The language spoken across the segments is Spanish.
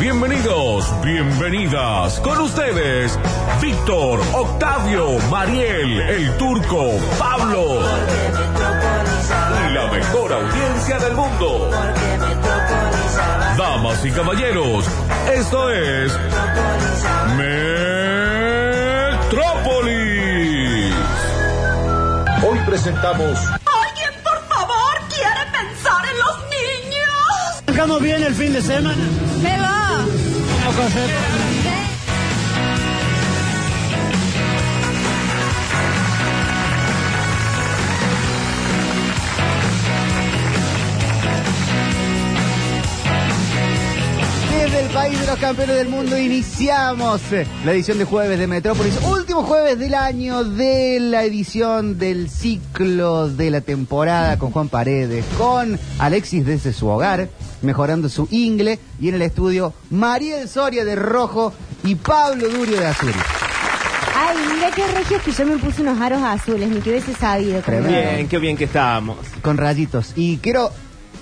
Bienvenidos, bienvenidas. Con ustedes, Víctor, Octavio, Mariel, el turco, Pablo. Y la mejor audiencia del mundo. Damas y caballeros, esto es Metrópolis. Hoy presentamos ¡Alguien, por favor, quiere pensar en los niños! Arrancamos bien el fin de semana. ¡Me va! Desde el país de los campeones del mundo iniciamos eh, la edición de jueves de Metrópolis, último jueves del año de la edición del ciclo de la temporada con Juan Paredes, con Alexis desde su hogar, mejorando su ingle, y en el estudio Mariel Soria de Rojo y Pablo Durio de Azul. Ay, mira qué regio que yo me puse unos aros azules, ni que hubiese sabido. creo. Tremendo. Bien, qué bien que estábamos. Con rayitos. Y quiero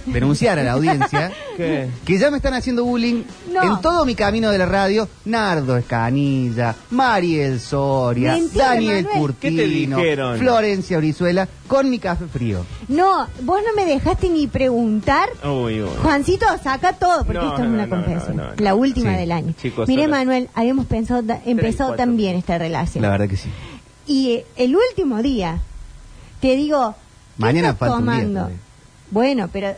denunciar a la audiencia. ¿Qué? que ya me están haciendo bullying No. en todo mi camino de la radio. Nardo Escanilla, Mariel Soria, Mentira, Daniel Manuel. ¿Qué te Curtino, dijeron? Florencia Brizuela, con mi café frío. No, vos no me dejaste ni preguntar. Uy, uy. Juancito, saca todo, porque No, esto es no, una no, confesión. no, no, no. La última Sí. del año. Chicos, Mire, ahora- Manuel, habíamos pensado, ta- empezado cuatro. tan bien esta relación. La verdad que sí. Y eh, el último día, te digo, ¿qué Mañana estás falta un día tomando? todavía. bueno, pero...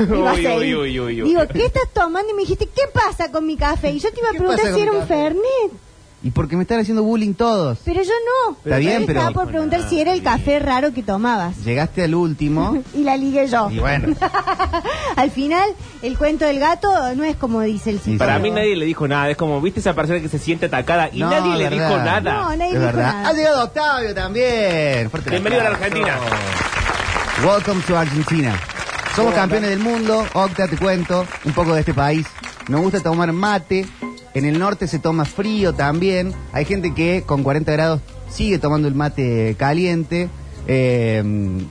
iba a Uy, seguir. uy, uy, uy, uy. Digo, ¿qué estás tomando? Y me dijiste, ¿qué pasa con mi café? Y yo te iba a ¿Qué preguntar pasa con si era mi un café? Fernet. Y porque me están haciendo bullying todos. Pero yo no. Está bien, Yo pero- Estaba por preguntar si era el café raro que tomabas. Llegaste al último. Y la ligué yo. y bueno, Al final, el cuento del gato no es como dice el Sí, psicólogo. Para mí nadie le dijo nada. Es como, viste esa persona que se siente atacada y No, nadie le verdad. dijo No, nada. nadie es dijo verdad. nada. Ha llegado Octavio también. Fuerte el Bienvenido a la aplauso. Argentina. Welcome to Argentina. Somos campeones del mundo. Octa, te cuento un poco de este país. Nos gusta tomar mate. En el norte se toma frío también. Hay gente que con 40 grados sigue tomando el mate caliente. Eh,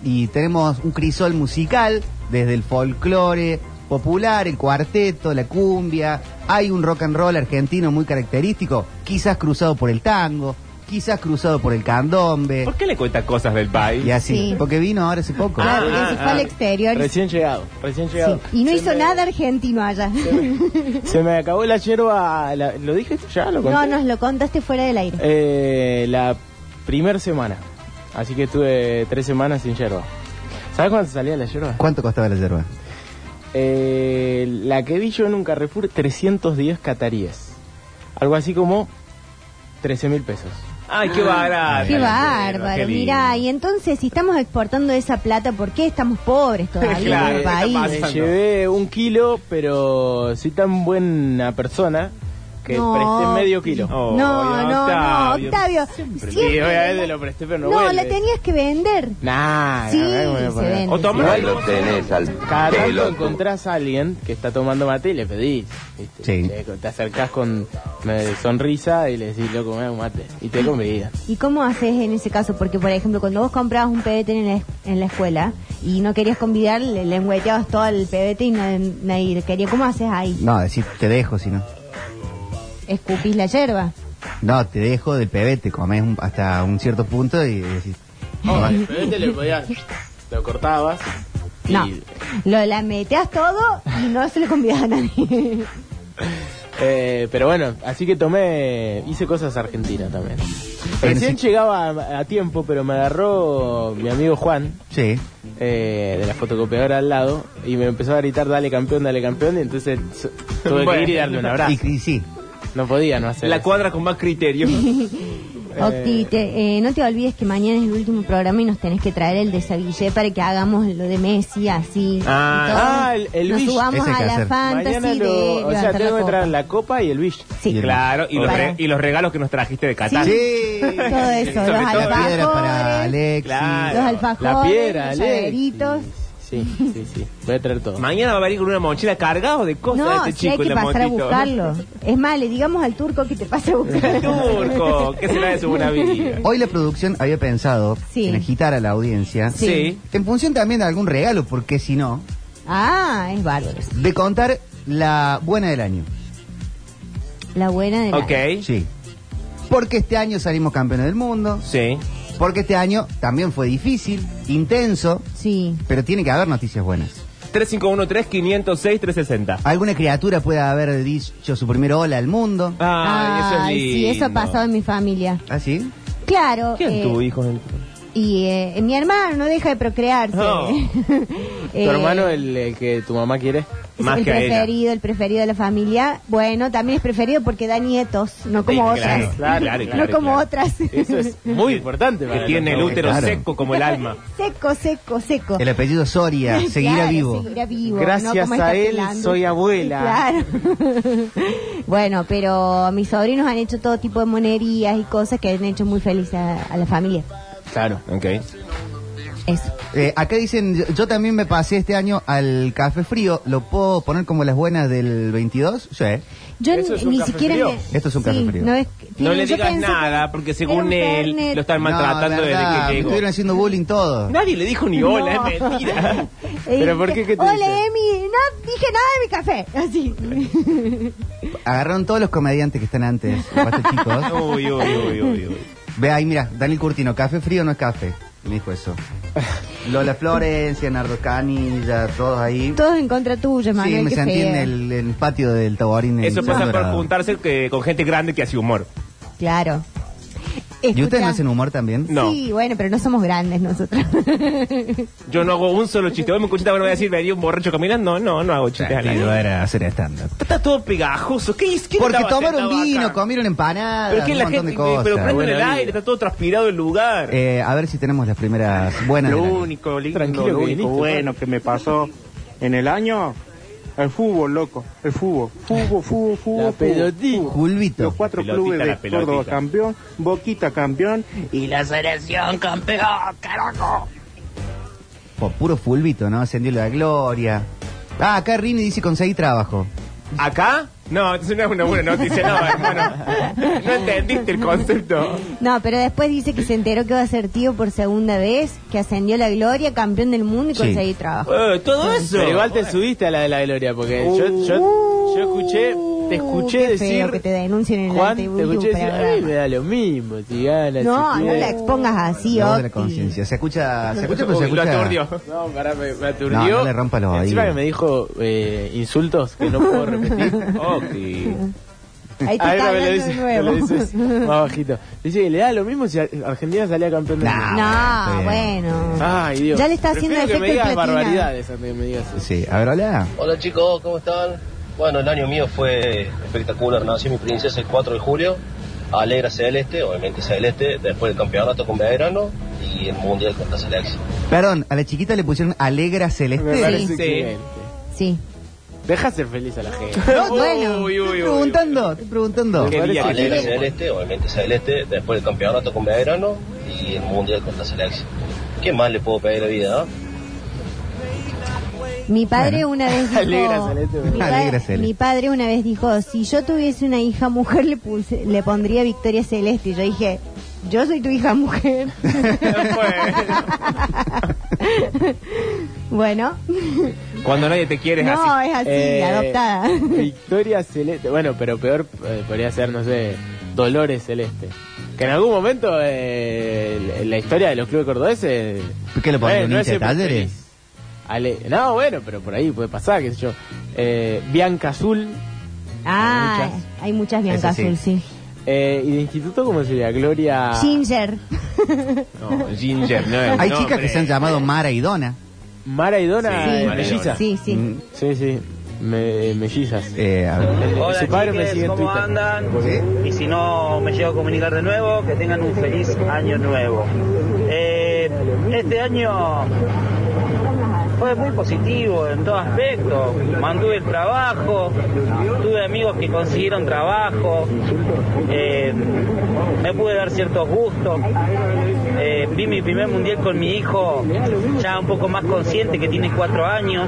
y tenemos un crisol musical desde el folclore popular, el cuarteto, la cumbia. Hay un rock and roll argentino muy característico, quizás cruzado por el tango, quizás cruzado por el candombe. ¿Por qué le cuenta cosas del país? Y así, Sí. porque vino ahora hace poco. Claro, porque Ah, se ah, fue al ah. exterior. y- Recién llegado, recién llegado. sí. Y no hizo nada argentino allá. Se me acabó la yerba, la- ¿lo dije esto ya? ¿Lo conté? No, nos lo contaste fuera del aire. Eh, la primer semana, así que estuve tres semanas sin yerba. ¿Sabes cuándo se salía la yerba? ¿Cuánto costaba la yerba? Eh, la que vi yo en un Carrefour, 310 cataríes. Algo así como 13 mil pesos. Ay, qué bárbaro. Ah, Qué qué bárbaro, lindo. mirá. Y entonces, si estamos exportando esa plata, ¿por qué estamos pobres todavía en Claro, el ¿qué está país? pasando? Eh, Me llevé un kilo, pero soy tan buena persona que No. presté medio kilo. Oh, no, no, no, Octavio. Octavio. Sí, siempre- obviamente lo presté, pero no No, vuelve. la tenías que vender. Nah, Sí, a ver, voy a se poner. vende. O tomar Igual algo. Cada tanto encontrás a alguien que está tomando mate y le pedís. ¿viste? Sí. Che, Te acercás con eh, sonrisa y le decís, loco, me da un mate. Y te convidan. ¿Y cómo haces en ese caso? Porque, por ejemplo, cuando vos comprabas un pebete en la, es- en la escuela y no querías convidar, le, le engüeteabas todo el pebete y nadie, nadie quería. ¿Cómo haces ahí? No, decir, te dejo, si no. ¿Escupís la yerba? No, te dejo del pebete, comes un- hasta un cierto punto y decís. Oh, el pebete le podías, lo cortabas. y- No. Lo lameteas todo y no se lo convidas a nadie. Eh, pero bueno, así que tomé, hice cosas argentinas también. Pero Recién sí. llegaba a, a tiempo, pero me agarró mi amigo Juan, Sí. eh, de la fotocopiadora al lado, y me empezó a gritar, dale campeón, dale campeón, y entonces so- tuve que ir y darle un abrazo. Y, y sí. No podía no hacer La eso. cuadra con más criterio. Octi, te- eh, no te olvides que mañana es el último programa y nos tenés que traer el de Savillé para que hagamos lo de Messi así. Ah, y todo. ah, el- el Nos Beach. subamos Ese hay a que la hacer. Mañana fantasy lo- de o sea, levantar la tengo que copa. traer la copa y el bish. Sí. Claro, y los, Para. re- y los regalos que nos trajiste de Qatar. Sí. Todo eso, los Sobre todo- La piedra para alfajores, Alexis. Claro. los alfajores, La piedra, los Alexis. llaveritos. Sí, sí, sí. Voy a traer todo. Mañana va a venir con una mochila cargada de cosas de No, este si chico. hay que el pasar a Damontito. buscarlo. Es más, le digamos al turco que te pase a buscarlo. Turco, que será de su buena vida. Hoy la producción había pensado Sí. en agitar a la audiencia. Sí. En función también de algún regalo, porque si no, Ah, es bárbaro. de contar la buena del año. La buena de la... Ok. Sí. Porque este año salimos campeones del mundo, Sí. porque este año también fue difícil, intenso, Sí. pero tiene que haber noticias buenas. 3513-506-360. Alguna criatura puede haber dicho su primer hola al mundo. Ay, eso es Ay, lindo. sí, eso ha pasado en mi familia. ¿Ah, sí? Claro. ¿Quién eh, tuvo hijos? en- Y eh, mi hermano no deja de procrearse. No. Eh, ¿Tu hermano el, el que tu mamá quiere? Es Más el que a ella. preferido, el preferido de la familia. Bueno, también es preferido porque da nietos, no como Sí, otras. claro, claro, claro, no como claro. otras. Eso es muy importante. Que para tiene el los útero Claro. seco como el alma. Seco, seco, seco. El apellido Soria seguirá Claro, vivo. seguirá vivo, Gracias no como esta a él pelandra. soy abuela. Sí, claro. bueno, pero mis sobrinos han hecho todo tipo de monerías y cosas que han hecho muy feliz a, a la familia. Claro. Ok. Eso. Eh, acá dicen, yo, yo también me pasé este año al café frío. ¿Lo puedo poner como las buenas del 22? Sí. Yo Eso es un ni café siquiera frío. me- Esto es un café Sí, frío. No, es- No le yo digas pensé que nada, porque según era un él Fernet. lo están maltratando No, verdad, desde que me llegó. estuvieron haciendo bullying todo. Nadie le dijo ni hola, es mentira. Eh, ¿Pero por qué? ¿Qué te Ole, dice? Emi, no dije nada de mi café. Así. Agarraron todos los comediantes que están antes. basta, chicos. Uy, uy, uy, uy, uy. Ve ahí, mira, Daniel Curtino, café frío no es café. Me dijo eso. Lola Florencia, Nardo Canilla, todos ahí. Todos en contra tuya, Manuel. sí, me qué sentí en feo. el, en el patio del Taborín. en Eso San pasa por Dorado. juntarse que- con gente grande que hace humor. Claro. ¿Y ustedes Escuchá. no hacen humor también? No. Sí, bueno, pero no somos grandes nosotros. Yo no hago un solo chiste. Hoy me escuchaste, bueno, voy a decir, venía un borracho caminando. No, no, no hago chistes al aire. era hacer stand Está todo pegajoso. ¿Qué es? ¿Quién Porque estaba tomaron sentado vino, acá? comieron empanadas, Pero es que un la montón gente, de cosas. pero prenden Buena el vida. aire, está todo transpirado el lugar. Eh, a ver si tenemos las primeras buenas. Lo del año. único lindo, Tranquilo lo que único viniste, bueno que me pasó en el año, el fútbol, loco, el fútbol, fútbol, fútbol, fútbol. La fútbol, pelotita. fútbol. Julvito. Los cuatro Pelotita, la clubes de pelotita. Córdoba campeón, Boquita campeón y la selección campeón, carajo. Por puro fulvito, ¿no? Ascendió la gloria. Ah, acá Rini dice conseguí trabajo. ¿Acá? No, entonces no es una buena noticia, no, hermano. No entendiste el concepto. no, pero después dice que se enteró que va a ser tío por segunda vez, que ascendió la gloria, campeón del mundo y Sí. conseguí trabajo. Eh, todo eso. Pero igual te subiste a la de la gloria, porque yo, yo, yo escuché, te escuché Uh, qué decir... feo que te denuncien en el Juan, te antivirus escuché decir, para- ay, me da lo mismo, si gana, No, si no pierde". la expongas así, La voz de la Octi. conciencia. Se escucha, se escucha, pero se Uy, lo escucha. aturdió. No, pará, me, me aturdió. No, no le rompa los Encima oídos. que me dijo eh, insultos que no puedo repetir. Octi. Ahí te está A ver, Ah, me lo hablando de dices, me lo nuevo. dices más bajito. Dice que le da lo mismo si Ar- Argentina salía campeón del Nah. mundo. Ah, No, bueno, bueno. Ay, Dios. Ya le está haciendo Prefiero que me efecto digas el platina. barbaridades antes que me digas eso. Sí, a ver, hola. Hola chicos, ¿cómo están? Bueno, el año mío fue espectacular. Nací mi princesa el 4 de julio, alegra celeste, obviamente celeste, después del campeonato con Belgrano y el mundial con la selección. Perdón, a la chiquita le pusieron Alegra Me Celeste. parece Sí. excelente. Sí. Deja ser feliz a la gente. bueno. Uy, uy, uy, Estoy uy. preguntando, estoy preguntando. Qué día que Alegra tiene. celeste, obviamente celeste, después del campeonato con Belgrano y el mundial con la selección. ¿Qué más le puedo pedir a la vida? ah? Mi padre una vez dijo, Alegra, Celeste, mi, pa- Alegra, Celeste. mi padre una vez dijo, si yo tuviese una hija mujer le puse- le pondría Victoria Celeste. Y yo dije, yo soy tu hija mujer. bueno, Cuando nadie te quiere es no así. es así, Eh, adoptada. Victoria Celeste. Bueno, pero peor eh, podría ser, no sé, Dolores Celeste. Que en algún momento eh, el- la historia de los clubes cordobeses. ¿Por qué le ponen eh, un no hincha es de siempre Talleres? feliz. Ale- no, bueno, pero por ahí puede pasar, qué sé yo. Eh, Bianca Azul. ah, muchas. hay muchas Bianca Esa sí. Ah. Azul, sí. eh, ¿Y de instituto cómo sería? Gloria. Ginger. No, Ginger, no es Hay nombre. chicas que se han llamado Mara y Dona. Mara y Dona, Sí, eh, Mara y melliza. Dona. Sí, sí. Mm, Sí, sí, me- mellizas. eh, a ver. Hola, Su padre me sigue en ¿Cómo Twitter. Eh, andan? ¿Sí? Y si no me llego a comunicar de nuevo, que tengan un feliz año nuevo. Eh, este año fue muy positivo en todo aspecto. Mantuve el trabajo, tuve amigos que consiguieron trabajo, eh, me pude dar ciertos gustos. Eh, vi mi primer mundial con mi hijo, ya un poco más consciente, que tiene cuatro años.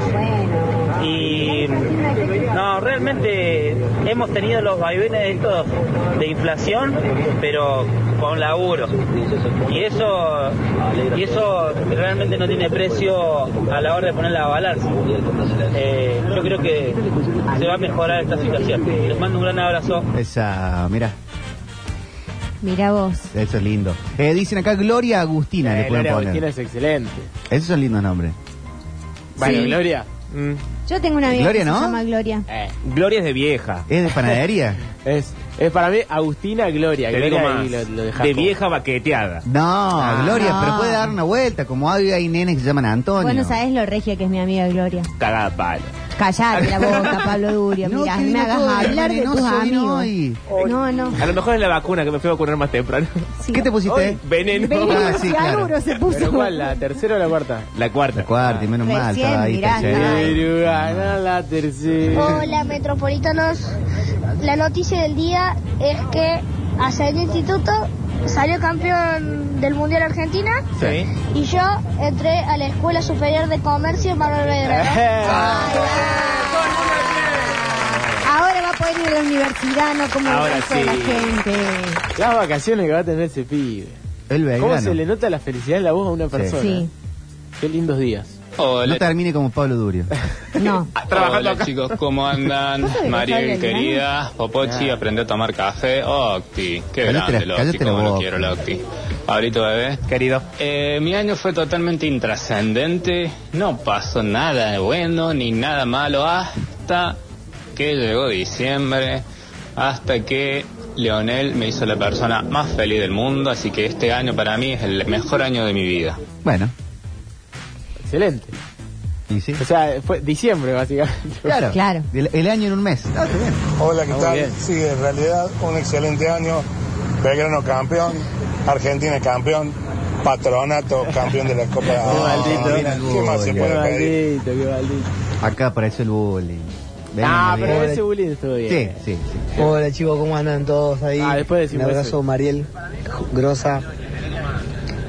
Y no, realmente hemos tenido los vaivenes estos de inflación, pero con laburo. Y eso, y eso realmente no tiene precio a la hora de poner la balanza. Eh, yo creo que se va a mejorar esta situación. Les mando un gran abrazo. Esa, mira, Mira vos. eso es lindo. Eh, dicen acá Gloria Agustina, le Eh, pueden Gloria poner. Agustina es excelente. Esos son lindos nombres. Bueno, Sí. Gloria. mm, Yo tengo una amiga Gloria, que ¿no? se llama Gloria. eh, Gloria es de vieja. ¿Es de panadería? es, es para mí Agustina Gloria. Te digo Gloria más. y lo- lo dejás de como- vieja baqueteada. No, Ah. Gloria, no. pero puede dar una vuelta, como hay, hay nenes que se llaman Antonio. Bueno, sabes lo regia que es mi amiga Gloria. Cagada a palo. Callate la boca, Pablo Durio. No, Mira, que me vino hagas todo el hablar de tus venenoso, vino amigos. hoy. No, no. A lo mejor es la vacuna que me fui a vacunar más temprano. sí. ¿Qué te pusiste? Hoy, veneno. Veneno, Ah, sí, claro. cianuro se puso. ¿Pero cuál? ¿La tercera o la cuarta? La cuarta. Cuarto, y menos mal, Recién, estaba ahí. mirá, tercero. estaba ahí. Pero gana la tercera. Hola metropolitanos, la noticia del día es que hacia el instituto salió campeón del Mundial Argentina Sí. y yo entré a la Escuela Superior de Comercio Manuel Belgrano. Ahora va a poder ir a la universidad, no como Ahora el resto de la sí. gente. Las vacaciones que va a tener ese pibe. El ¿Cómo se le vegano. nota la felicidad en la voz a una persona? Sí. Qué lindos días. No termine como Pablo Durio. No. Trabajando Hola chicos, ¿cómo andan? Eso de Mariel dejarle, querida, Popochi, Ah. aprende a tomar café. Octi, qué Cállate la- grande lo cállate Octi, la cómo lo boca. quiero lo Octi. Pablito bebé. Querido. Eh, mi año fue totalmente intrascendente, no pasó nada de bueno ni nada malo hasta que llegó diciembre, hasta que Leonel me hizo la persona más feliz del mundo, así que este año para mí es el mejor año de mi vida. Bueno, Excelente. y sí. O sea, fue diciembre básicamente. Claro. Claro. El, el año en un mes. Ah, está bien. Hola, ¿qué Muy tal? bien. Sí, en realidad un excelente año. Belgrano campeón, Argentina campeón, Patronato campeón de la Copa. Oh, maldito. Argentina. ¿Qué más se Qué puede pedir? maldito, qué maldito. Acá apareció el bullying. Ven, Ah, ven. pero ese bullying estuvo Sí, bien. sí, sí. Hola chicos, ¿cómo andan todos ahí? Ah, después decimos Un abrazo, eso. Mariel, grosa.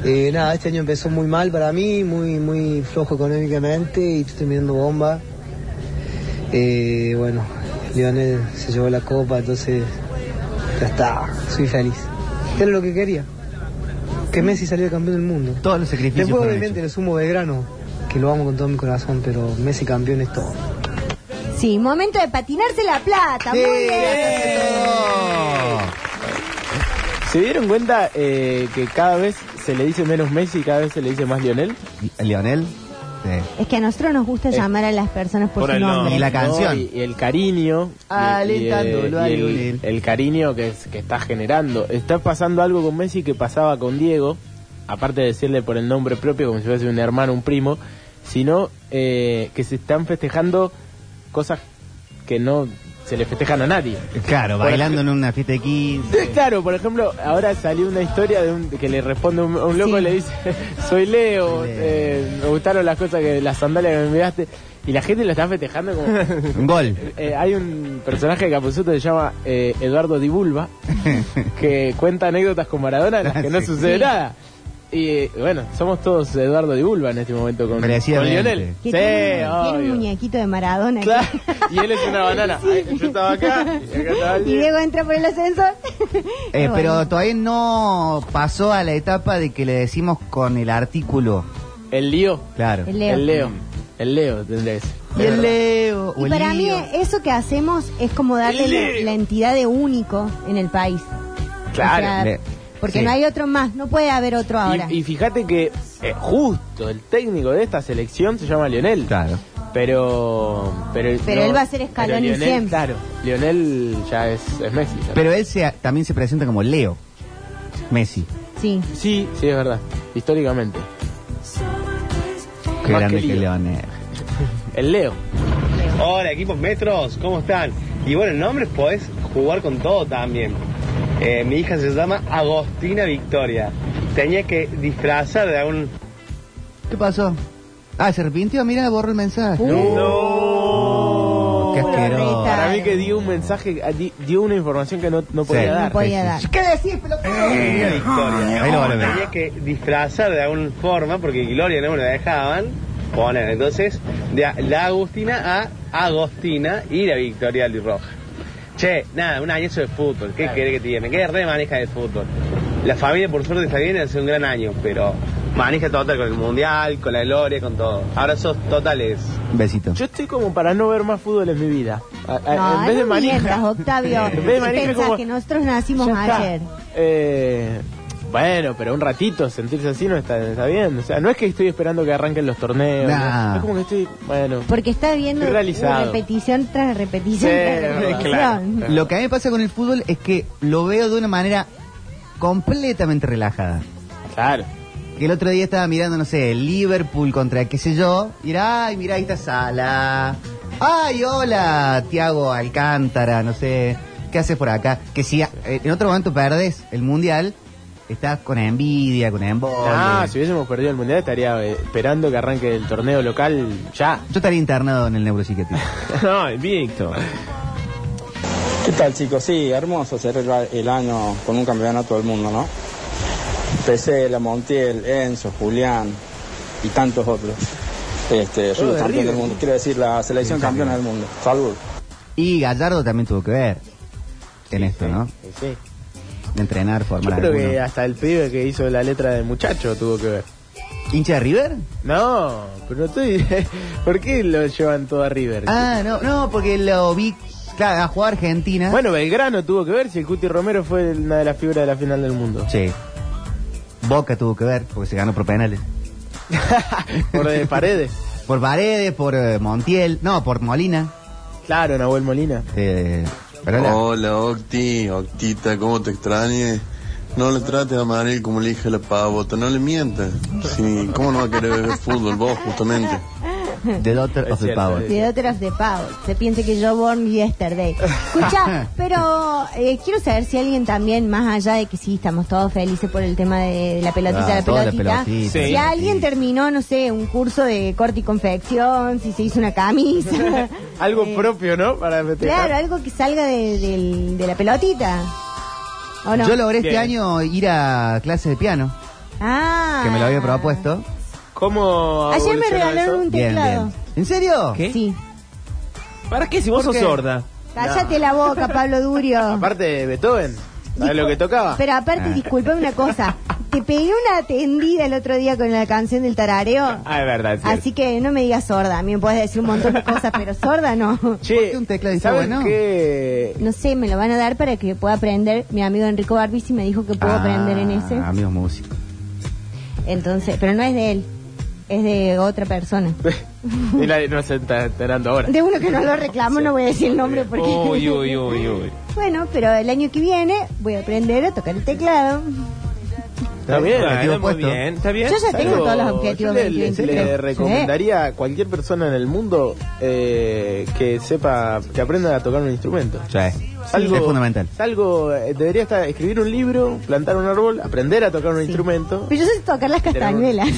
Eh, nada, este año empezó muy mal para mí, muy muy flojo económicamente y estoy terminando bomba. Eh, bueno, Lionel se llevó la copa, entonces ya está, soy feliz. Era lo que quería, que Messi saliera campeón del mundo. Todos los sacrificios. Después fueron obviamente le sumo Belgrano, que lo amo con todo mi corazón, pero Messi campeón es todo. Sí, momento de patinarse la plata. hechos. Muy bien. ¡Oh! ¿Se dieron cuenta eh, que cada vez se le dice menos Messi y cada vez se le dice más Lionel? Sí. Lionel. Sí. Es que a nosotros nos gusta llamar a las personas por, por su el nombre. Y la canción. Ah, No, y, y el cariño. y- Alentándolo a y, eh, y Lionel. el, el cariño que, es- que está generando. Está pasando algo con Messi que pasaba con Diego. Aparte de decirle por el nombre propio, como si fuese un hermano, un primo. Sino eh, que se están festejando cosas que no se le festejan a nadie. Claro, bailando en una fiesta de 15. Claro, por ejemplo, ahora salió una historia de un, que le responde un, un loco Sí. y le dice, soy Leo, Soy Leo. eh, me gustaron las cosas que las sandalias que me enviaste. Y la gente lo está festejando como... Un gol. Eh, hay un personaje de Capuzoto que se llama eh, Eduardo Di Bulba, que cuenta anécdotas con Maradona en las que no Ah, Sí. sucede nada. Y eh, bueno, somos todos Eduardo Di Bulba en este momento con, con Merecidamente. Lionel. Que Sí, tiene, un- tiene un obvio. muñequito de Maradona. Claro, Y él es una banana. Ay, Yo estaba acá y acá estaba el Y Diego entra por el ascensor. Eh, Qué Pero bueno. todavía no pasó a la etapa de que le decimos con el artículo. El lío. Claro. El Leo. El Leo. El Leo tendría que ser. Y el Leo. o Y el para mí lío. eso que hacemos es como darle la, la entidad de único en el país. Claro. O sea, Le- porque sí. no hay otro más, no puede haber otro ahora. Y, y fíjate que eh, justo el técnico de esta selección se llama Lionel. Claro. Pero. Pero, Pero él va a ser Scaloni pero Lionel, siempre. Claro. Lionel ya es, es Messi. ya. Pero él se, también se presenta como Leo. Messi. Sí. Sí, sí, es verdad. Históricamente. Qué Más grande que que Leo. Leonel. El Leo. Hola equipos metros, ¿cómo están? Y bueno, nombres podés jugar con todo también. Eh, mi hija se llama Agostina Victoria. Tenía que disfrazar de un... ¿Qué pasó? Ah, se arrepintió. Mira, borró el mensaje. Uh. Qué asqueroso. Rita. Para mí que dio un mensaje, ah, di- dio una información que no, no podía Sí. dar. No podía dar. ¿Qué decís, pelotudo? Victoria. Ah, Ahí lo van a ver. Tenía que disfrazar de alguna forma porque Gloria no me la dejaban. poner. Entonces, de a- la Agustina a Agostina y la Victoria Roja. Che, nada, un año de fútbol, ¿qué querés que tiene? ¿Qué re maneja de fútbol? La familia, por suerte, está bien, hace un gran año, pero maneja total con el Mundial, con la Gloria, con todo. Abrazos totales. Besito. Yo estoy como para no ver más fútbol en mi vida. A- a- No, en vez de no mientas, manija. Octavio. en vez de ¿Qué manija pensás, como- que nosotros nacimos Ya está. ayer? Eh, bueno, pero un ratito sentirse así no está, está bien. O sea, no es que estoy esperando que arranquen los torneos. Nah. ¿no? Es como que estoy, bueno. Porque está viendo Estoy realizado. repetición tras repetición Sí, tras repetición. Lo que a mí me pasa con el fútbol es que lo veo de una manera completamente relajada. Claro. Que el otro día estaba mirando, no sé, Liverpool contra qué sé yo, y era, ay, mira, ahí está Sala. Ay, hola, Tiago Alcántara, no sé, ¿qué haces por acá? Que si eh, en otro momento perdes el mundial, estás con envidia, con embole. Ah, si hubiésemos perdido el mundial estaría eh, esperando que arranque el torneo local ya. Yo estaría internado en el neuropsiquiátrico. no, invicto. ¿Qué tal chicos? Sí, hermoso cerrar el año con un campeonato del mundo, ¿no? Empecé, La Montiel, Enzo, Julián y tantos otros. Este, Todo de subcampeón River. del mundo, quiero decir la selección campeona del mundo. Salud. Y Gallardo también tuvo que ver en esto, ¿no? Sí. De entrenar, Yo formar creo alguno. que hasta el pibe que hizo la letra de muchacho tuvo que ver. ¿Hincha de River? No, pero no estoy. ¿Por qué lo llevan todo a River? Ah, no, no, porque lo vi, claro, a jugar Argentina. Bueno, Belgrano tuvo que ver si el Cuti Romero fue una de las figuras de la final del mundo. Sí. Boca tuvo que ver, porque se ganó por penales. Ah. Por eh, paredes. Por Paredes, por eh, Montiel, no, por Molina. Claro, Nahuel Molina. Eh, pero la- Oh. Hola Octi, Octita, ¿cómo te extrañe? No le trates a Mariel como le dije a la pavota, no le mientas. Sí, ¿Cómo no va a querer ver fútbol vos justamente? The Daughter Es of the cierto, Power. De otras de Pau. Se piensa que yo born yesterday. Escucha, pero eh, quiero saber si alguien también, más allá de que sí, estamos todos felices por el tema de la pelotita, Ah, la toda la pelotita. pelotita, si sí. alguien terminó, no sé, un curso de corte y confección, si se hizo una camisa. Algo propio, ¿no? Para festejar. claro, algo que salga de, del- de la pelotita. ¿O no? Yo logré este año ir a clases de piano, Ah. que me lo había propuesto. ¿Cómo Ayer me regalaron un Bien, teclado. bien. ¿En serio? ¿Qué? Sí. ¿Para qué si vos ¿Por sos qué? sorda? Cállate la boca, Pablo Durio. Aparte de Beethoven, ¿sabes lo que tocaba? Ah. Pero aparte, disculpame una cosa. Te pegué una atendida el otro día con la canción del tarareo. Ah, es verdad. es cierto. Así que no me digas sorda. A mí me puedes decir un montón de cosas, pero sorda no. Che, ¿saben qué? No sé, me lo van a dar para que pueda aprender. Mi amigo Enrico Barbisi me dijo que puedo aprender en ese. Ah, Amigos músicos. Entonces, pero no es de él. Es de otra persona. Y nadie no se está enterando ahora. De uno que no lo reclamo, no voy a decir el nombre porque... Uy, uy, uy, uy. Bueno, pero el año que viene voy a aprender a tocar el teclado. Está bien, Bueno, está muy puesto. bien, está bien. Yo ya tengo todos los objetivos Yo le, del le- 2023. le Sí. recomendaría a cualquier persona en el mundo eh, que sepa, que aprenda a tocar un instrumento. Sí. Es fundamental. es algo, eh, debería estar, escribir un libro, plantar un árbol, aprender a tocar un instrumento. Pero yo sé tocar las castañuelas.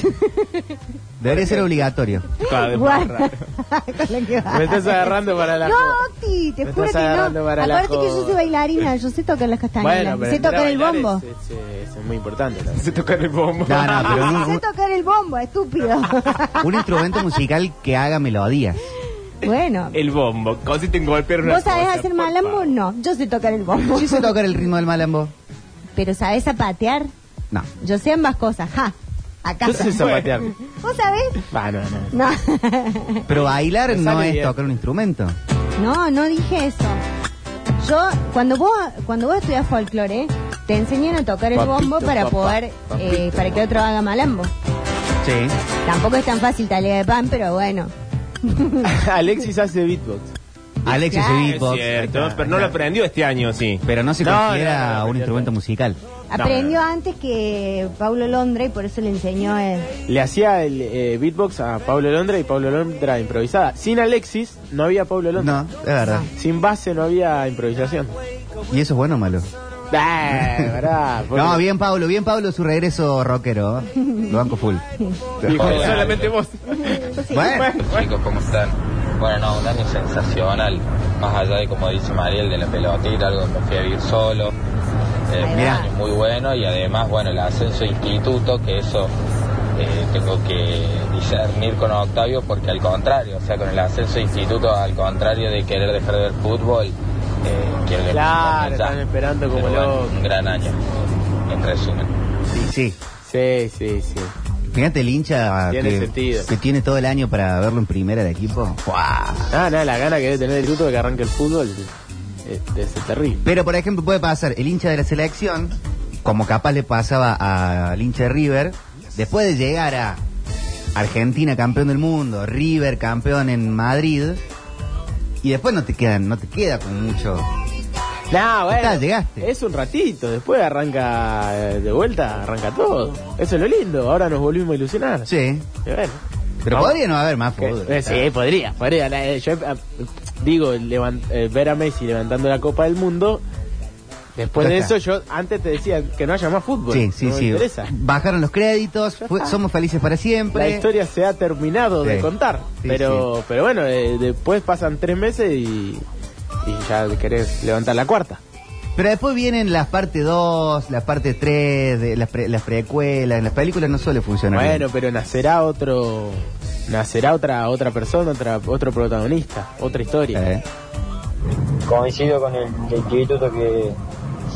Debería ser obligatorio. Guarda. Con lo que va. Me estás agarrando para la No, joda. Octi, te Me juro estás que agarrando no. para la Aparte que yo joda. soy bailarina, yo sé tocar las castañuelas. sé aprender a tocar el bailar bombo. Es, es- es muy importante. Se tocar el bombo. No, no, pero Yo Ah. un, sé tocar el bombo, estúpido. un- un instrumento musical que haga melodías. bueno. El bombo, consiste en golpear una ¿Vos sabés cosa. hacer malambo? No, yo sé tocar el bombo. Yo sé tocar el ritmo del malambo. Pero ¿sabés zapatear? No. Yo sé ambas cosas, ja. Acá. Yo sé zapatear. ¿Vos sabés? Ah, no, no. No. Pero bailar Me no sale es bien. tocar un instrumento. No, no dije eso. Yo, cuando vos, cuando vos estudias folclore, te enseñan a tocar el Papito, bombo para papá, poder, papito. eh, para que otro haga malambo. Sí. Tampoco es tan fácil talía de pan, pero bueno. Alexis hace beatbox. Alexis Claro. y beatbox. Es cierto, pero no lo aprendió este año, sí. Pero no se No, considera no, no, un instrumento musical. Aprendió antes que Paulo Londra y por eso le enseñó el... Le hacía el eh, beatbox a Pablo Londra y Pablo Londra improvisada. Sin Alexis no había Pablo Londra. No, es verdad. Sin base no había improvisación. ¿Y eso es bueno o malo? Ah, pará, pobre. No, bien Pablo, bien Pablo su regreso rockero. Lo banco full. solamente vos. Bueno. Chicos, ¿cómo están? Bueno, no, un año sensacional. Más allá de, como dice Mariel, de la pelotita, algo que me fui a vivir solo. Eh, Mirá. un año muy bueno y además, bueno, el ascenso de instituto, que eso eh, tengo que discernir con Octavio porque al contrario, o sea, con el ascenso de instituto, al contrario de querer dejar de ver fútbol, eh, quiero que Claro, ya. están esperando como Pero bueno, locos. Un gran año, en resumen. Sí. Sí, sí, sí. Fíjate el hincha Tiene que, sentido. que tiene todo el año para verlo en primera de equipo. Ah, no, la gana que debe tener el grupo de que arranque el fútbol eh, debe ser terrible. Pero, por ejemplo, puede pasar el hincha de la selección, como capaz le pasaba a- al hincha de River, después de llegar a Argentina campeón del mundo, River campeón en Madrid, y después no te quedan, no te queda con mucho. No, bueno, Está, llegaste. Es un ratito, después arranca eh, de vuelta, arranca todo. Eso es lo lindo, ahora nos volvimos a ilusionar. Sí. bueno. Pero Vamos. podría no haber más Que- fútbol. Ah, Ah. eh, sí, podría, podría. La- eh, yo eh, digo, levan- eh, ver a Messi levantando la Copa del Mundo, después Ya de está. eso yo antes te decía que no haya más fútbol. Sí, sí, no me sí. interesa. Bajaron los créditos, fue- somos felices para siempre. La historia se ha terminado de Sí. contar, Sí, pero pero bueno, eh, después pasan tres meses y, y ya querés levantar la cuarta. Pero después vienen las parte 2, las parte 3, de las, pre- las precuelas. En las películas no suele funcionar. bien. Bueno, pero nacerá otro, nacerá otra otra persona, otra otro protagonista, otra historia. Eh. Coincido con el, el instituto que,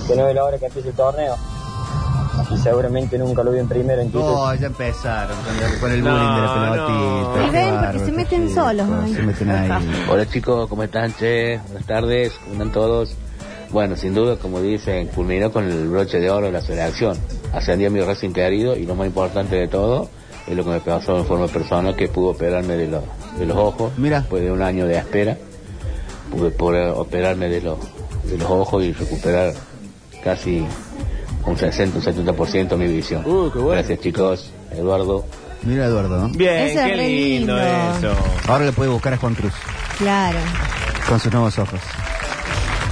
que no es la hora que empiece el torneo. Y seguramente nunca lo vi en primero en instituto. Oh, ya empezaron con el, con el No, bullying de la pelotita. Y Qué ven porque bárbaro, se meten solos. ay. se meten ahí. Hola chicos, ¿cómo están? Che, buenas tardes, ¿cómo están todos? Bueno, sin duda, como dicen, culminó con el broche de oro la federación. Ascendí a mi Racing querido y lo más importante de todo es lo que me pasó en forma personal, que pude operarme de, los de los ojos. Mira. Después de un año de espera, pude poder operarme de, los de los ojos y recuperar casi un 60, un 70% mi visión. Gracias chicos, Eduardo. Mira, Eduardo. ¿no? Bien, Eso es qué re lindo lindo. eso. Ahora le puede buscar a Juan Cruz Claro. con sus nuevos ojos.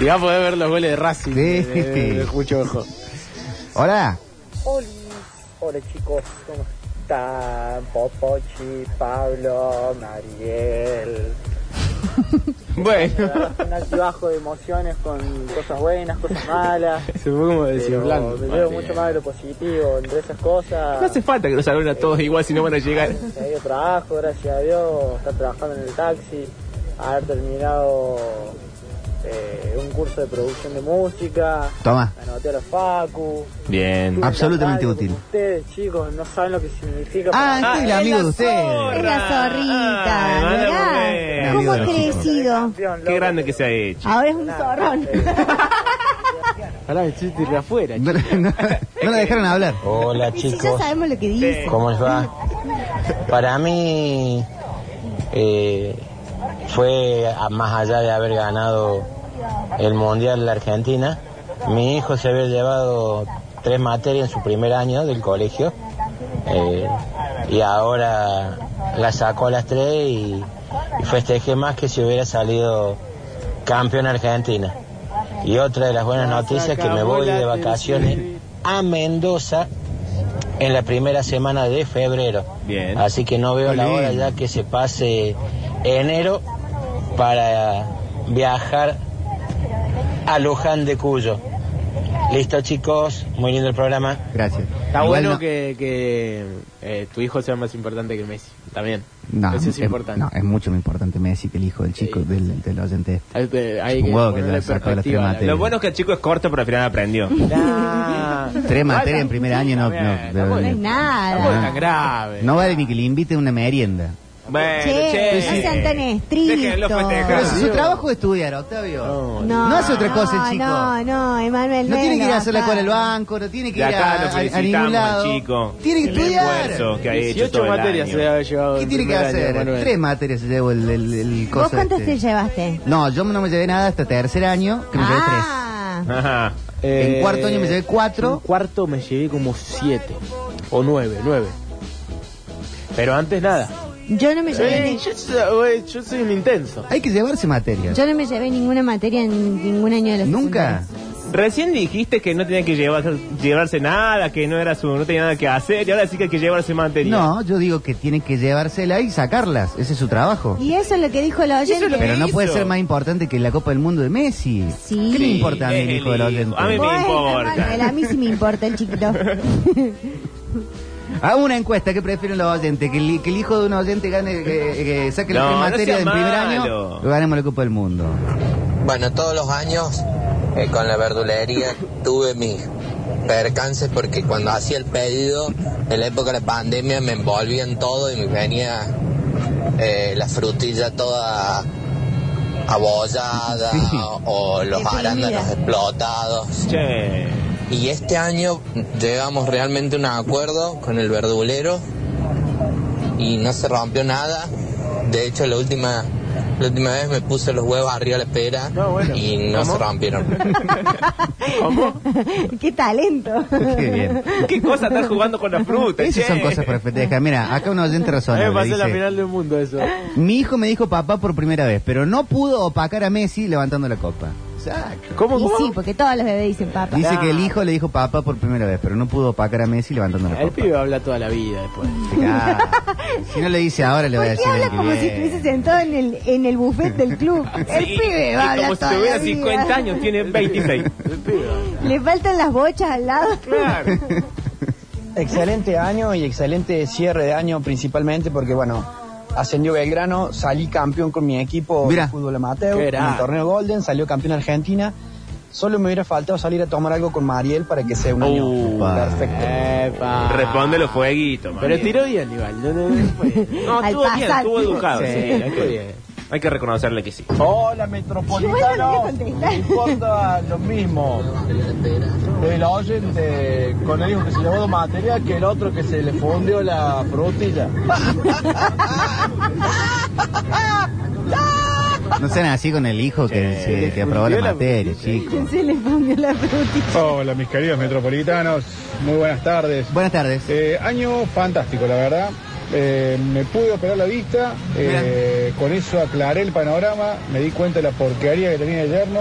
Y va a poder ver los goles de Racing. de- de- de- de mucho ojo. Hola. Hola, hola chicos, ¿cómo están? Popochi, Pablo, Mariel. Bueno. Un altibajo de emociones con cosas buenas, cosas malas. Se fue como Pero blanco. me llevo mucho más de lo positivo, entre esas cosas. No hace falta que los saluden a todos igual si no van a llegar. Se ha ido trabajo, gracias a Dios, estar trabajando en el taxi, haber terminado eh, un curso de producción de música. Toma. Me anoté a la Facu. Bien. Absolutamente Estuve útil. con Ustedes, chicos, no saben lo que significa. Ah, este es Ah, el amigo de ustedes. Es la ah, zorrita, Ay, mirá. ¿Cómo mándame. ha Amigo de los crecido? Qué grande que se ha hecho. Ahora es un zorrón. Pará, estoy de afuera. No, no- no la dejaron hablar. Hola Si ya chicos, sabemos lo que dice. ¿cómo les va? Para mí eh, fue a- más allá de haber ganado el Mundial de la Argentina. Mi hijo se había llevado tres materias en su primer año del colegio eh, y ahora la sacó a las tres y, y festejé más que si hubiera salido campeón Argentina. Y otra de las buenas noticias es que me voy de vacaciones a Mendoza en la primera semana de febrero. Bien. Así que no veo Qué la hora lindo. ya que se pase enero para viajar a Luján de Cuyo. Listo chicos, muy lindo el programa. Gracias. Está bueno que, que, eh, tu hijo sea más importante que Messi. También. No, Eso es eh, importante. no, es mucho más importante Messi que el hijo del chico, del, del oyente. este. Hay, que- hay que Un huevo que ponerle lo sacó de las tres perspectiva. materias. Lo bueno es que el chico es corto, pero al final aprendió. Nah. Tres Vaya, materias en primer año no, no, no- tampoco es nada. no. Tampoco es tan grave. No vale ni que le invite una merienda. Bueno, Che, che. no sean tan estrictos. Pero si su trabajo es estudiar, Octavio. No, hace otra cosa el chico. No, no, Emanuel. No tiene que ir a hacer la acá. cola al banco, no tiene que De ir a, acá lo a- a ningún felicitamos lado. al chico. Tiene que el estudiar. eh. esfuerzo que ha hecho 18 todo el materias se año. ha llevado ¿Qué en tiene que primer año, hacer? Manuel. Tres materias se llevó el, el, el ¿Vos coso cuántas este. te llevaste? No, yo no me llevé nada hasta tercer año, que me llevé tres. Ah, Ajá. En cuarto año me llevé cuatro. Eh, En cuarto me llevé como siete. O nueve, nueve. Pero antes nada. yo no me llevé Eh, ni- yo, soy- yo soy un intenso. Hay que llevarse materias. Yo no me llevé ninguna materia en ningún año de la ¿Nunca? Recién dijiste que no tenía que llevar- llevarse nada, que no era su, no tenía nada que hacer, y ahora sí que hay que llevarse materia. No, yo digo que tiene que llevársela y sacarlas. Ese es su trabajo. Y eso es lo que dijo el oyente. Pero no puede ser más importante que la Copa del Mundo de Messi. Sí. ¿Qué le Sí, importa a mí, es el hijo del oyente? Bueno, Emanuel, a mí sí me importa el chiquito. Hago una encuesta, ¿qué prefieren los oyentes? ¿Que el, que el hijo de un oyente gane, que, que saque la No, tres no materias sea en primer malo. año? O ganemos la Copa del Mundo. Bueno, todos los años eh, con la verdulería tuve mis percances porque cuando hacía el pedido en la época de la pandemia me envolvían todo y me venía eh, la frutilla toda abollada o los arándanos explotados. Y este año llegamos realmente a un acuerdo con el verdulero y no se rompió nada. De hecho, la última, la última vez me puse los huevos arriba de la pera y no se rompieron. Qué talento. Qué bien. ¿Qué cosa estar jugando con la fruta? Esas son che? cosas para festejar. Mira, acá un oyente razonable A mí me pasó dice, la final del mundo eso. Mi hijo me dijo papá por primera vez, pero no pudo opacar a Messi levantando la copa. Exacto. y sí, porque todos los bebés dicen papá. Dice que el hijo le dijo papá por primera vez, pero no pudo opacar a Messi levantando la copa. El pibe habla toda la vida después. Claro. si no le dice ahora, le voy a ¿Por qué decir. habla el como si que- estuviese sentado en el, en el buffet del club? El Sí, pibe y va a hablar Como si toda la tuviera vida. 50 años, tiene 26. Le faltan las bochas al lado. Excelente año y excelente cierre de año principalmente porque, bueno, ascendió Belgrano, salí campeón con mi equipo Mirá. de fútbol amateur Qué en grande. el torneo Golden, salió campeón Argentina. Solo me hubiera faltado salir a tomar algo con Mariel para que sea un Uh, año perfecto. Responde los fueguitos, Pero tiró bien, Igual, no, no, no fue. Ah, No, Al estuvo bien, pasar. estuvo educado. Sí, Sí, hay, estuvo que, hay que reconocerle que sí. Hola metropolitano, me importa lo mismo el oyente con el hijo que se llevó dos materias que el otro que se le fundió la frutilla. No sean así con el hijo que, se- que aprobó la Viola- materia, chico. Se le fundió la frutilla. Hola, mis queridos metropolitanos. Muy buenas tardes. Eh, Buenas tardes. año fantástico, la verdad. Eh, me pude operar la vista. eh, con eso aclaré el panorama. Me di cuenta de la porquería que tenía el yerno.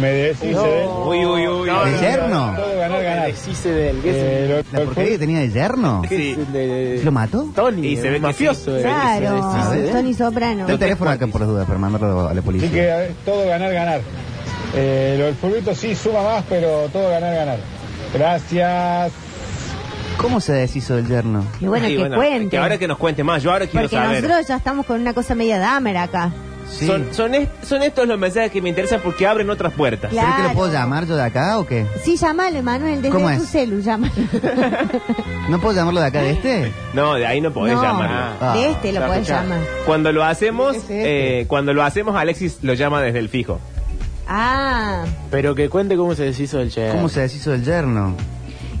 Me deshice de él. Uy, uy, uy. No, no, no, yerno? Todo de ganar, ganar. Deshice de él. Eh, lo- ¿La porquería que tenía de yerno? Sí. ¿Lo mató? Tony, se un ve que mafioso. sí. eh. Claro, A ver. Tony Soprano. Está el teléfono acá por las dudas para mandarlo a Así la que policía. eh, todo ganar, ganar. Eh, lo del fulbito sí suma más, pero todo ganar, ganar. Gracias. ¿Cómo se deshizo del yerno? Y bueno, Sí, que cuente. Que ahora que nos cuente más, yo ahora quiero Porque saber. nosotros ya estamos con una cosa media damer acá. Son, son, est- son estos los mensajes que me interesan porque abren otras puertas. ¿Será que lo puedo Claro. ¿Llamar yo de acá o qué? Sí, llámalo, Emanuel, desde ¿Cómo tu es? celu, llámalo. ¿No puedo llamarlo de acá de Eh. este? No, de ahí no podés No, Ah. llamar. de este lo podés llamar. Cuando lo hacemos, ¿Qué es este? eh, cuando lo hacemos, Alexis lo llama desde el fijo. Ah, Pero que cuente cómo se deshizo el che. ¿Cómo se deshizo del yerno?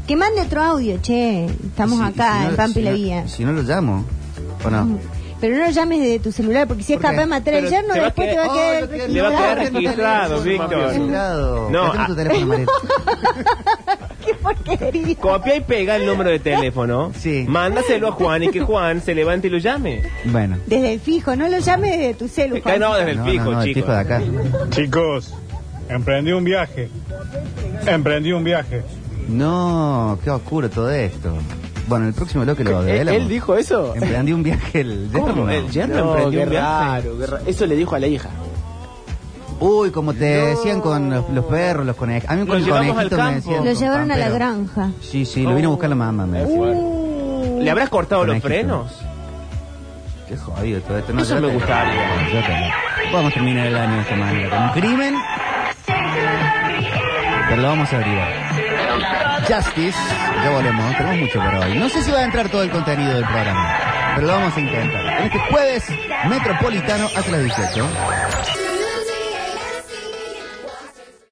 que mande otro audio, che. Estamos Si- acá si no- en Pampi si la no- Guía. Si no lo llamo, ¿o no? Pero no lo llames de tu celular, porque si es capaz de matar Pero el yerno, te va a después quedar- te va a quedar. Oh, el Le va a quedar registrado. registrado, Víctor. No, ah. No, tu teléfono, María. Copia y pega el número de teléfono. Sí. Mándaselo a Juan y que Juan se levante y lo llame. Bueno. Desde el fijo, no lo llames desde tu celu. Juan. No, desde el ¿eh? fijo, no, el chicos. fijo de acá. Chicos, emprendí un viaje. Emprendí un viaje. No, qué oscuro todo esto. Bueno, el próximo bloque lo ¿Él, develamos. Eh, él dijo eso? Emprendí un viaje el yerno. El yerno emprendió un viaje. Raro, qué raro. Eso le dijo a la hija. Uy, como te decían con los, los perros, los conejos. A mí con Lo el llevamos conejito al me campo. decían. Lo llevaron a la pampero. granja. Sí, sí, lo vino a buscar la mamá. me decía. ¿Le habrás cortado los Conejito. frenos? Qué jodido todo esto. Eso yo me te- gustaría. yo te- Vamos a terminar el año de esta manera. Con un crimen. Pero lo vamos a averiguar. Justice. Ya volvemos. Tenemos mucho para hoy. No sé si va a entrar todo el contenido del programa. Pero lo vamos a intentar. En este jueves metropolitano hasta las 18.